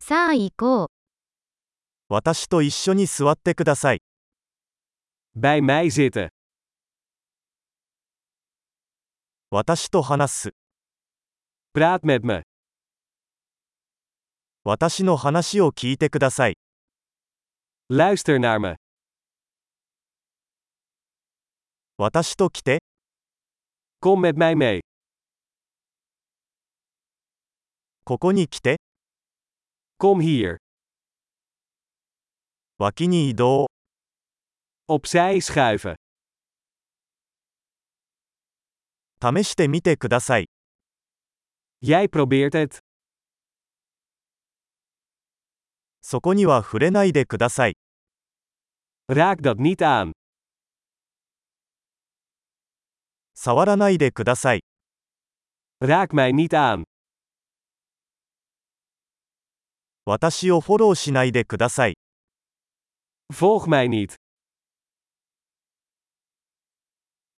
さあ行こう。私と一緒に座ってください。 Bij mij zitten. 私と話す。 Praat met me. 私の話を聞いてください。 Luister naar me. 私と来て、 Kom met mij mee. ここに来て、 Kom hier. 脇に移動、 Opzij schuiven. 試してみてください。 Jij probeert het. そこには触れないでください。 Raak dat niet aan. 触らないでください。 Raak mij niet aan. 私をフォローしないでください。 Volg mij niet.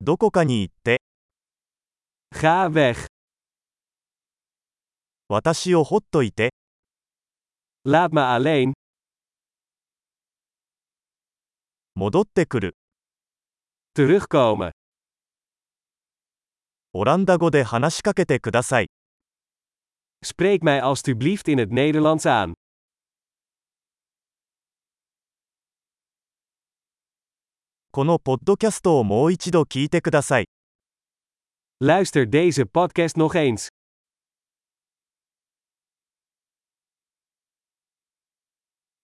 どこかに行って、 Ga weg. 私をほっといて、 Laat me alleen. 戻ってくる。 Terugkomen. オランダ語で話しかけてください。 Spreek mij alstublieft in het Nederlands aan. このポッドキャストをもう一度聞いてください。 Luister deze podcast nog eens.